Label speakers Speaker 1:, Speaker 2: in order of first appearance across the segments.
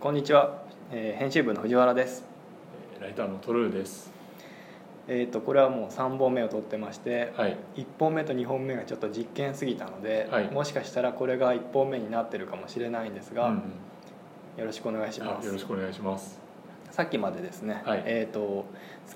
Speaker 1: こんにちは、えー編集部の藤原です。
Speaker 2: ライターのトルーです。
Speaker 1: えっ、とこれはもう三本目を撮ってまして、
Speaker 2: はい。
Speaker 1: 一本目と二本目がちょっと実験すぎたので、
Speaker 2: はい
Speaker 1: もしかしたらこれが一本目になってるかもしれないんですが、
Speaker 2: うんうん
Speaker 1: よろしくお願いしま
Speaker 2: あよ
Speaker 1: す
Speaker 2: ろし。くお願いします。
Speaker 1: さっきまでですね、
Speaker 2: はい
Speaker 1: えっ、と好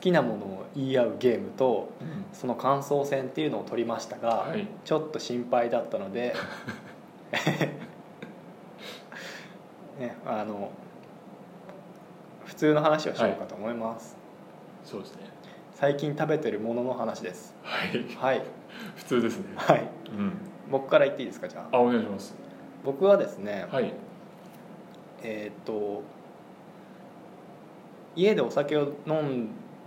Speaker 1: きなものを言い合うゲームとその感想戦っていうのを撮りましたが、
Speaker 2: はい。
Speaker 1: ちょっと心配だったの で、 ね、あの普通の話をしようかと思います、
Speaker 2: そうですね。
Speaker 1: 最近食べてるものの話です
Speaker 2: はい。
Speaker 1: はい
Speaker 2: 普通ですね。
Speaker 1: はい
Speaker 2: うん。
Speaker 1: 僕から言っていいですかじゃあ
Speaker 2: あお願いします。
Speaker 1: 僕はですね、
Speaker 2: はい。
Speaker 1: えーっと家でお酒を飲ん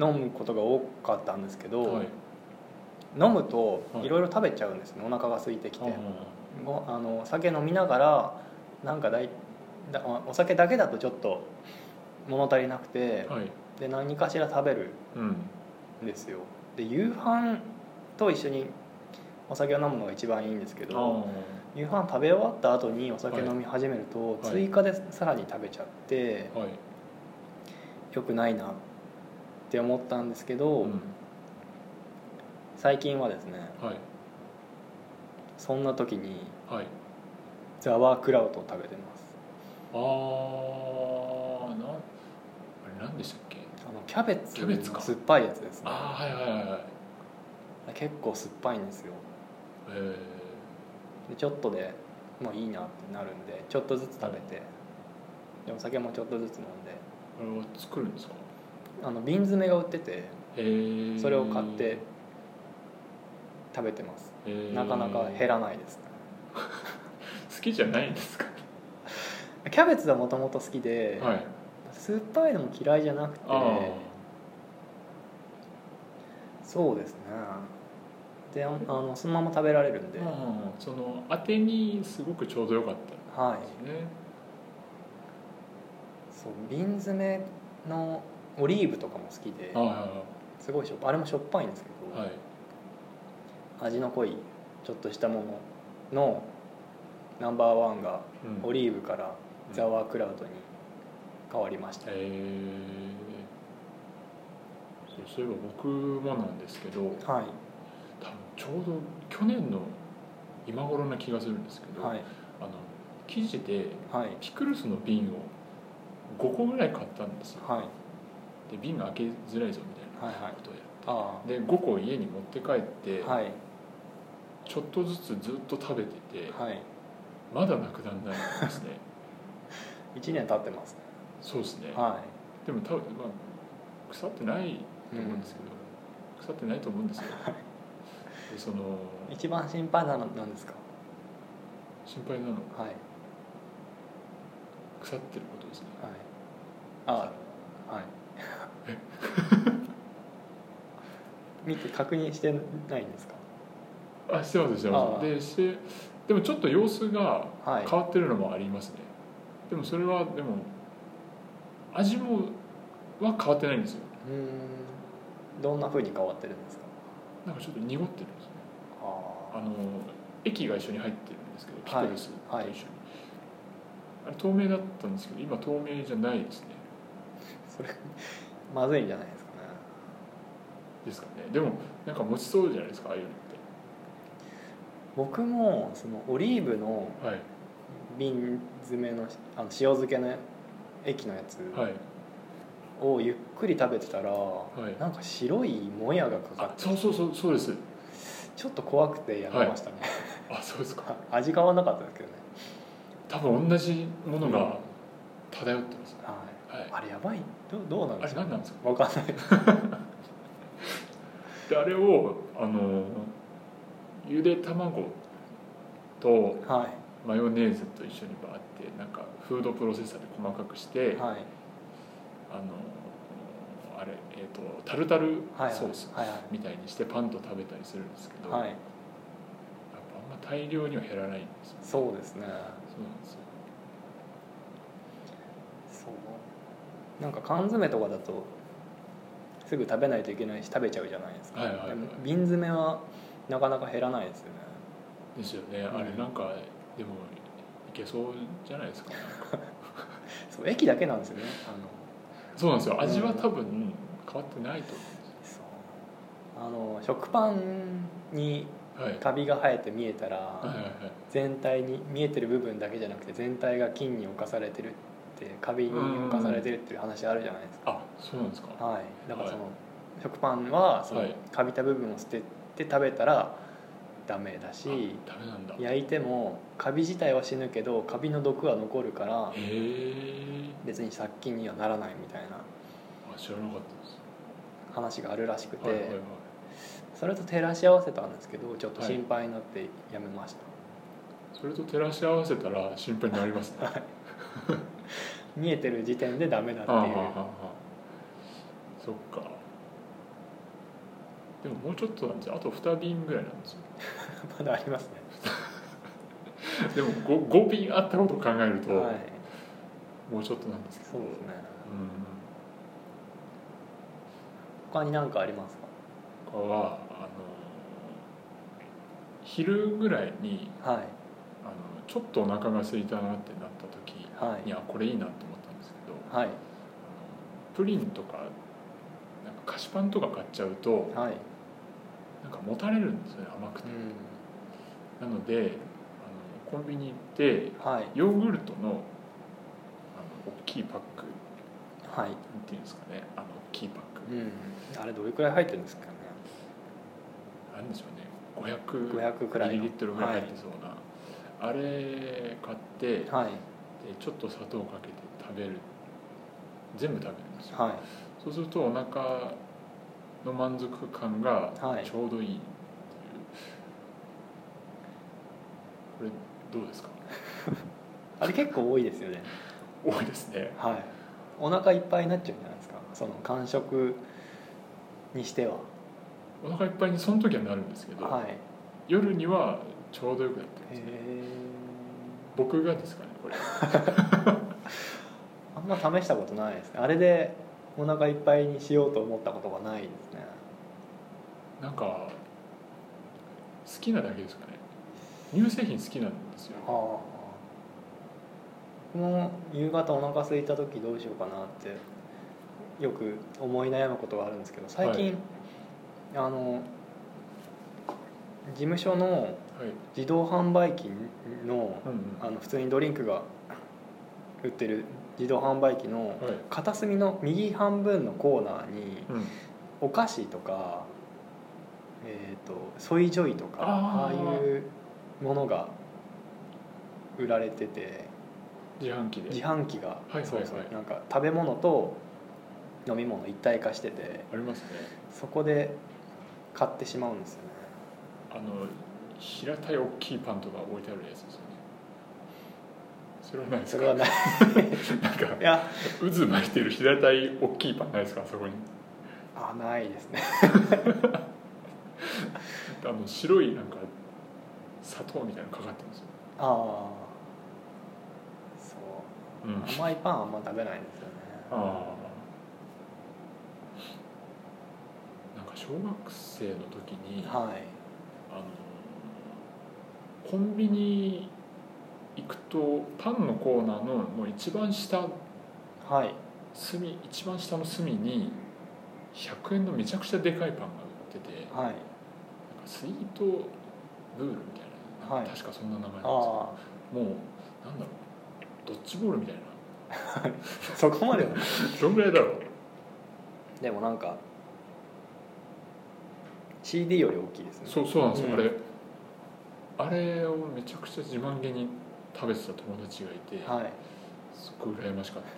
Speaker 1: 飲むことが多かったんですけど、
Speaker 2: はい。
Speaker 1: 飲むと
Speaker 2: はい
Speaker 1: いろいろ食べちゃうんですねお腹が空いてきて、
Speaker 2: あ
Speaker 1: ごあの酒飲みながらなんかだいだお酒だけだとちょっと物足りなくて、
Speaker 2: ーはい。
Speaker 1: で何かしら食べる
Speaker 2: うん。
Speaker 1: んですよで夕飯と一緒にお酒を飲むのが一番いいんですけ
Speaker 2: あ
Speaker 1: ど
Speaker 2: ー
Speaker 1: 夕飯食べ終わった後にお酒飲み始めると、
Speaker 2: はい
Speaker 1: 追加でさらに食べちゃって、
Speaker 2: はい。
Speaker 1: 良くないなって思ったんですけど、
Speaker 2: うん
Speaker 1: 最近はですね
Speaker 2: はい。
Speaker 1: そんな時に
Speaker 2: はい。
Speaker 1: ザワークラウトを食べてます
Speaker 2: ああなあれなんでしたっけ？
Speaker 1: あのキャベツ
Speaker 2: キャベツ
Speaker 1: の
Speaker 2: か
Speaker 1: 酸っぱいやつですね
Speaker 2: ああはいはいはいはい。
Speaker 1: 結構酸っぱいんですよ
Speaker 2: えー
Speaker 1: でちょっとでもういいなってなるんでちょっとずつ食べてでお酒もちょっとずつ飲んで
Speaker 2: あれは作るんですか？
Speaker 1: あの瓶詰めが売ってて
Speaker 2: えー
Speaker 1: それを買って。食べてます
Speaker 2: えー
Speaker 1: なかなか減らないですね
Speaker 2: 好きじゃないんですか？
Speaker 1: キャベツはもともと好きで、
Speaker 2: はい。
Speaker 1: 酸っぱいのも嫌いじゃなくて
Speaker 2: ああ
Speaker 1: そうですねであのそのまま食べられるんで、は
Speaker 2: まあその当てにすごくちょうど良かった
Speaker 1: い
Speaker 2: ですね
Speaker 1: そう瓶詰めのオリーブとかも好きで
Speaker 2: はい
Speaker 1: すごいしょっぱあれもしょっぱいんですけど、
Speaker 2: はいはい
Speaker 1: 味の濃いちょっとしたもののナンバーワンが
Speaker 2: うん
Speaker 1: オリーブから
Speaker 2: うん
Speaker 1: ザワークラウトに変わりました、
Speaker 2: えーそうそういえば僕もなんですけど多分
Speaker 1: はい
Speaker 2: ちょうど去年の今頃な気がするんですけど、
Speaker 1: はい
Speaker 2: あの記事で
Speaker 1: はい
Speaker 2: ピクルスの瓶を5個ぐらい買ったんですよ
Speaker 1: はい
Speaker 2: で瓶が開けづらいぞみたい
Speaker 1: はいは
Speaker 2: ないことをやっ
Speaker 1: あ
Speaker 2: てで5個家に持って帰って、
Speaker 1: あはい
Speaker 2: ちょっとずつずっと食べてて
Speaker 1: はい
Speaker 2: まだなくならないんですね
Speaker 1: 1年経ってますね
Speaker 2: そうですね
Speaker 1: は
Speaker 2: でも多分、まあ、腐ってない
Speaker 1: い、
Speaker 2: と思うんですけど、腐ってないと思うんですよでその
Speaker 1: うん一番心配なのなんですか
Speaker 2: 心配なのが
Speaker 1: はいはい
Speaker 2: 腐ってることですね
Speaker 1: ああはい 見て確認してないんですか
Speaker 2: あしてますして
Speaker 1: あ
Speaker 2: ま
Speaker 1: あ
Speaker 2: すでしてでもちょっと様子が
Speaker 1: はい
Speaker 2: 変わってるのもありますね、でもそれはでも味もは変わってないんですよ
Speaker 1: うーんどんな風に変わってるんですか
Speaker 2: なんかちょっと濁ってるんですね
Speaker 1: あ
Speaker 2: あの液が一緒に入ってるんですけどピ
Speaker 1: はい
Speaker 2: クルスと一緒に、
Speaker 1: はい
Speaker 2: あれ透明だったんですけど今透明じゃないですね
Speaker 1: それまずいんじゃないですかね
Speaker 2: ですかねでもなんか持ちそうじゃないですかああいうのっ
Speaker 1: 僕もそのオリーブの
Speaker 2: てはい
Speaker 1: 瓶詰めのあの塩漬けの液のやつ
Speaker 2: はい
Speaker 1: をゆっくり食べてたら、
Speaker 2: い
Speaker 1: なんか白いもやがかか
Speaker 2: あ
Speaker 1: って
Speaker 2: そうそうそうそうです
Speaker 1: ちょっと怖くてやめましたね、
Speaker 2: あそうですか
Speaker 1: 味変わらなかったですけどね、
Speaker 2: 多分同じもの
Speaker 1: うん
Speaker 2: が漂ってます、
Speaker 1: はい、
Speaker 2: はい
Speaker 1: あれやばいどどうなん
Speaker 2: あ
Speaker 1: で
Speaker 2: れ
Speaker 1: すか
Speaker 2: 何なんですか
Speaker 1: わかんない
Speaker 2: であれをあのゆで卵と
Speaker 1: は
Speaker 2: マヨネーズと一緒にバーってなんかフードプロセッサーで細かくして、
Speaker 1: いはい
Speaker 2: あのあれえっ、とタルタル
Speaker 1: はい
Speaker 2: ソース
Speaker 1: はい
Speaker 2: みたいにしてパンと食べたりするんですけど、
Speaker 1: はい、は
Speaker 2: やっ
Speaker 1: い、
Speaker 2: ぱあんま大量には減らないんですよ
Speaker 1: そうですね
Speaker 2: そうなんですよ
Speaker 1: そうなんか缶詰とかだとすぐ食べないといけないし食べちゃうじゃないですか、
Speaker 2: はいはいはい
Speaker 1: でも瓶詰めはなかなか減らないですよね
Speaker 2: ですよね、あれなんかでもいけそうじゃないですかなんか
Speaker 1: そう駅だけなんですよねあの
Speaker 2: そうなんですよ味は多分変わってないと思
Speaker 1: そうあの食パンに
Speaker 2: うはい
Speaker 1: カビが生えて見えたら、
Speaker 2: はいはいはい
Speaker 1: 全体に見えてる部分だけじゃなくて全体が菌に侵されてるってカビに侵されてるっていう話あるじゃないですか、
Speaker 2: あそうなんですか
Speaker 1: はい、だから
Speaker 2: は
Speaker 1: そ
Speaker 2: い
Speaker 1: の、食パンはその
Speaker 2: はい
Speaker 1: カビた部分を捨てて食べたらダメだし
Speaker 2: あダメなんだへ
Speaker 1: 焼いてもカビ自体は死ぬけどカビの毒は残るから
Speaker 2: え
Speaker 1: 別に殺菌にはならないみたいな
Speaker 2: あ知らなかったです
Speaker 1: 話があるらしくて、
Speaker 2: はいはいはい
Speaker 1: それと照らし合わせたんですけどちょっと心配になってやめました、
Speaker 2: それと照らし合わせたら心配になります ね
Speaker 1: 見えてる時点でダメだって
Speaker 2: ああああ
Speaker 1: いう
Speaker 2: ああそっかでももうちょっとなんですよあと2瓶ぐらいなんですよ
Speaker 1: まだありますね
Speaker 2: でも 5, 5瓶あったことを考えると、
Speaker 1: はい
Speaker 2: もうちょっとなんですけど
Speaker 1: そうですね
Speaker 2: うん
Speaker 1: 他に何かありますか
Speaker 2: 他はあの昼ぐらいに
Speaker 1: はい
Speaker 2: あのちょっとお腹が空いたなってなった時
Speaker 1: はい
Speaker 2: にあこれいいなと思ったんですけど
Speaker 1: はい
Speaker 2: あのプリンとかなんか菓子パンとか買っちゃうと
Speaker 1: はい
Speaker 2: なんかもたれるんですよね甘く
Speaker 1: う
Speaker 2: て。
Speaker 1: ん
Speaker 2: なのであのコンビニ行って
Speaker 1: はい
Speaker 2: ヨーグルトのあの大きいパック
Speaker 1: はい
Speaker 2: なんていうんですかねあの大きいパック
Speaker 1: うんあれどれくらい入ってるんですかね
Speaker 2: あるんでしょうね500
Speaker 1: 500くらいの
Speaker 2: ミリリットルぐらい入ってそうな、あれ買ってで
Speaker 1: はい
Speaker 2: ちょっと砂糖かけて食べる全部食べるんですよ
Speaker 1: は
Speaker 2: そうするとお腹の満足感が
Speaker 1: はい
Speaker 2: ちょうどいいっていう、これどうですか
Speaker 1: いあれ結構多いですよね
Speaker 2: 多いですね
Speaker 1: はいお腹いっぱいになっちゃうんじゃないですかその間食にしては
Speaker 2: お腹いっぱいにその時はなるんですけど、
Speaker 1: はい
Speaker 2: 夜にはちょうどよくなってるん
Speaker 1: へ
Speaker 2: ですね
Speaker 1: え
Speaker 2: 僕がですかねこれ
Speaker 1: あんま試したことないですねあれでお腹いっぱいにしようと思ったことがないですね
Speaker 2: なんか好きなだけですかね乳製品好きなんですよ
Speaker 1: ああ僕も夕方お腹空いた時どうしようかなってよく思い悩むことがあるんですけど最近、あの事務所の
Speaker 2: はい、
Speaker 1: 自動販売機の
Speaker 2: うんうん
Speaker 1: あの普通にドリンクが売ってる自動販売機の
Speaker 2: はい
Speaker 1: 片隅の右半分のコーナーに
Speaker 2: うん、
Speaker 1: お菓子とか、えー、とソイジョイとかああ
Speaker 2: あー
Speaker 1: いうものが売られてて
Speaker 2: 自販機で
Speaker 1: 自販機が、
Speaker 2: はいはいはい
Speaker 1: そうそうなんか食べ物と飲み物一体化してて
Speaker 2: ありますね
Speaker 1: そこで買ってしまうんですよね
Speaker 2: あの平たい大きいパンとか置いてあるやつですよねそれはないです
Speaker 1: そ
Speaker 2: か
Speaker 1: れはない
Speaker 2: なんか
Speaker 1: いや
Speaker 2: 渦巻いてる平たい大きいパンないですかあそこに
Speaker 1: あないですね
Speaker 2: あの白いなんか砂糖みたいなのかかってるんですよ、
Speaker 1: ああそ
Speaker 2: うん、
Speaker 1: う甘いパンあんま食べないんですよね
Speaker 2: ああなんか小学生の時にあ
Speaker 1: はい
Speaker 2: のコンビニ行くとパンのコーナーのもう一番下
Speaker 1: はい
Speaker 2: 隅一番下の隅に100円のめちゃくちゃでかいパンが売っててなんか
Speaker 1: はい
Speaker 2: スイートブールみたいな、
Speaker 1: はい
Speaker 2: 確か そんな名前なんです
Speaker 1: あ
Speaker 2: よ
Speaker 1: あ
Speaker 2: もうなんだろうドッジボールみたいな
Speaker 1: そこまでは
Speaker 2: どんぐらいだろう
Speaker 1: でもなんか CD より大きいですね
Speaker 2: そうそうなんですよ、
Speaker 1: うん
Speaker 2: あれあれをめちゃくちゃ自慢げに食べてた友達がいて、
Speaker 1: は
Speaker 2: すっごい羨ましかった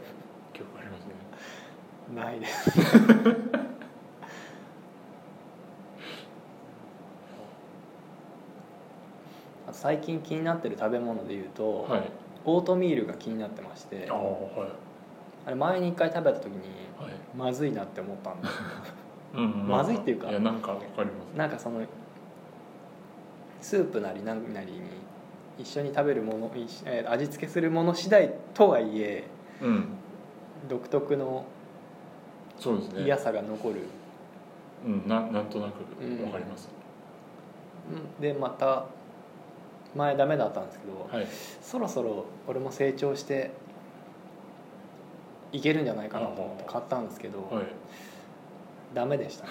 Speaker 2: 記憶がありますね
Speaker 1: いないです あと最近気になってる食べ物でいうと、
Speaker 2: はい
Speaker 1: オートミールが気になってまして
Speaker 2: ああは
Speaker 1: あれ前に一回食べた時に
Speaker 2: いはい
Speaker 1: まずいなって思ったんです
Speaker 2: うんうん、
Speaker 1: まずいっていうか
Speaker 2: いやなんかわかります
Speaker 1: なんかそのスープなり何なりに一緒に食べるものいしえー味付けするもの次第とはいえ
Speaker 2: うん
Speaker 1: 独特の
Speaker 2: そうですね
Speaker 1: 嫌さが残る、
Speaker 2: うん、ななんとなく
Speaker 1: うん
Speaker 2: わかります、
Speaker 1: うんでまた前ダメだったんですけど、
Speaker 2: はい
Speaker 1: そろそろ俺も成長していけるんじゃないかなと
Speaker 2: あー
Speaker 1: 思って買ったんですけど、
Speaker 2: はい
Speaker 1: ダメでしたね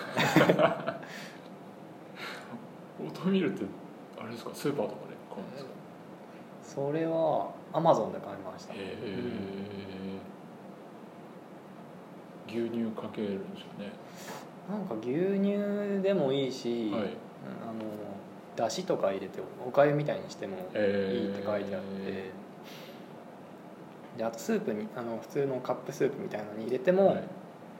Speaker 2: オートミールってあれですかスーパーとかで買うんですか
Speaker 1: それはアマゾンで買いました、
Speaker 2: へえ牛乳かけるんですよね
Speaker 1: なんか牛乳でもいいし、
Speaker 2: は
Speaker 1: あ
Speaker 2: い
Speaker 1: のだしとか入れておかゆみたいにしてもいいって書いてあって、
Speaker 2: え
Speaker 1: であとスープにあの普通のカップスープみたいのに入れて
Speaker 2: ー
Speaker 1: も、
Speaker 2: はい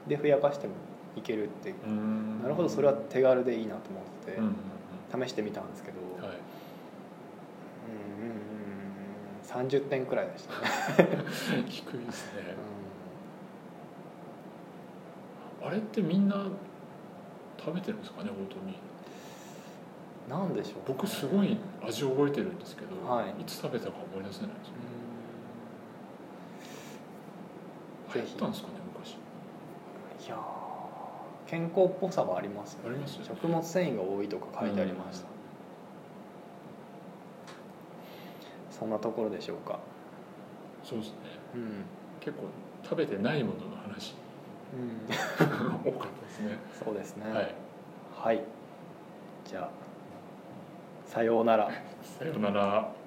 Speaker 1: でふやかしてもいけるって、
Speaker 2: うーん
Speaker 1: なるほどそれは手軽でいいなと思って
Speaker 2: うんうん
Speaker 1: 試してみたんですけど、
Speaker 2: うんは
Speaker 1: うん
Speaker 2: い
Speaker 1: うんうん30点くらいでしたね、
Speaker 2: 低いですね
Speaker 1: う
Speaker 2: あれってみんな食べてるんですかねオートミール
Speaker 1: ん、なんでしょうね、
Speaker 2: 僕すごい味覚えてるんですけど、
Speaker 1: はい
Speaker 2: い、つ食べたか思い出せないですね
Speaker 1: ぜ
Speaker 2: 流
Speaker 1: ひ
Speaker 2: 行ったんですかね昔
Speaker 1: いやー健康っぽさはありますよ
Speaker 2: あ
Speaker 1: ね
Speaker 2: りますよね
Speaker 1: 食物繊維が多いとか書いてありました、そんなところでしょうか
Speaker 2: そうですね
Speaker 1: うん、
Speaker 2: 結構食べてないものの話 多かったですね
Speaker 1: そうですね
Speaker 2: はい
Speaker 1: はい、じゃあさようなら
Speaker 2: さようなら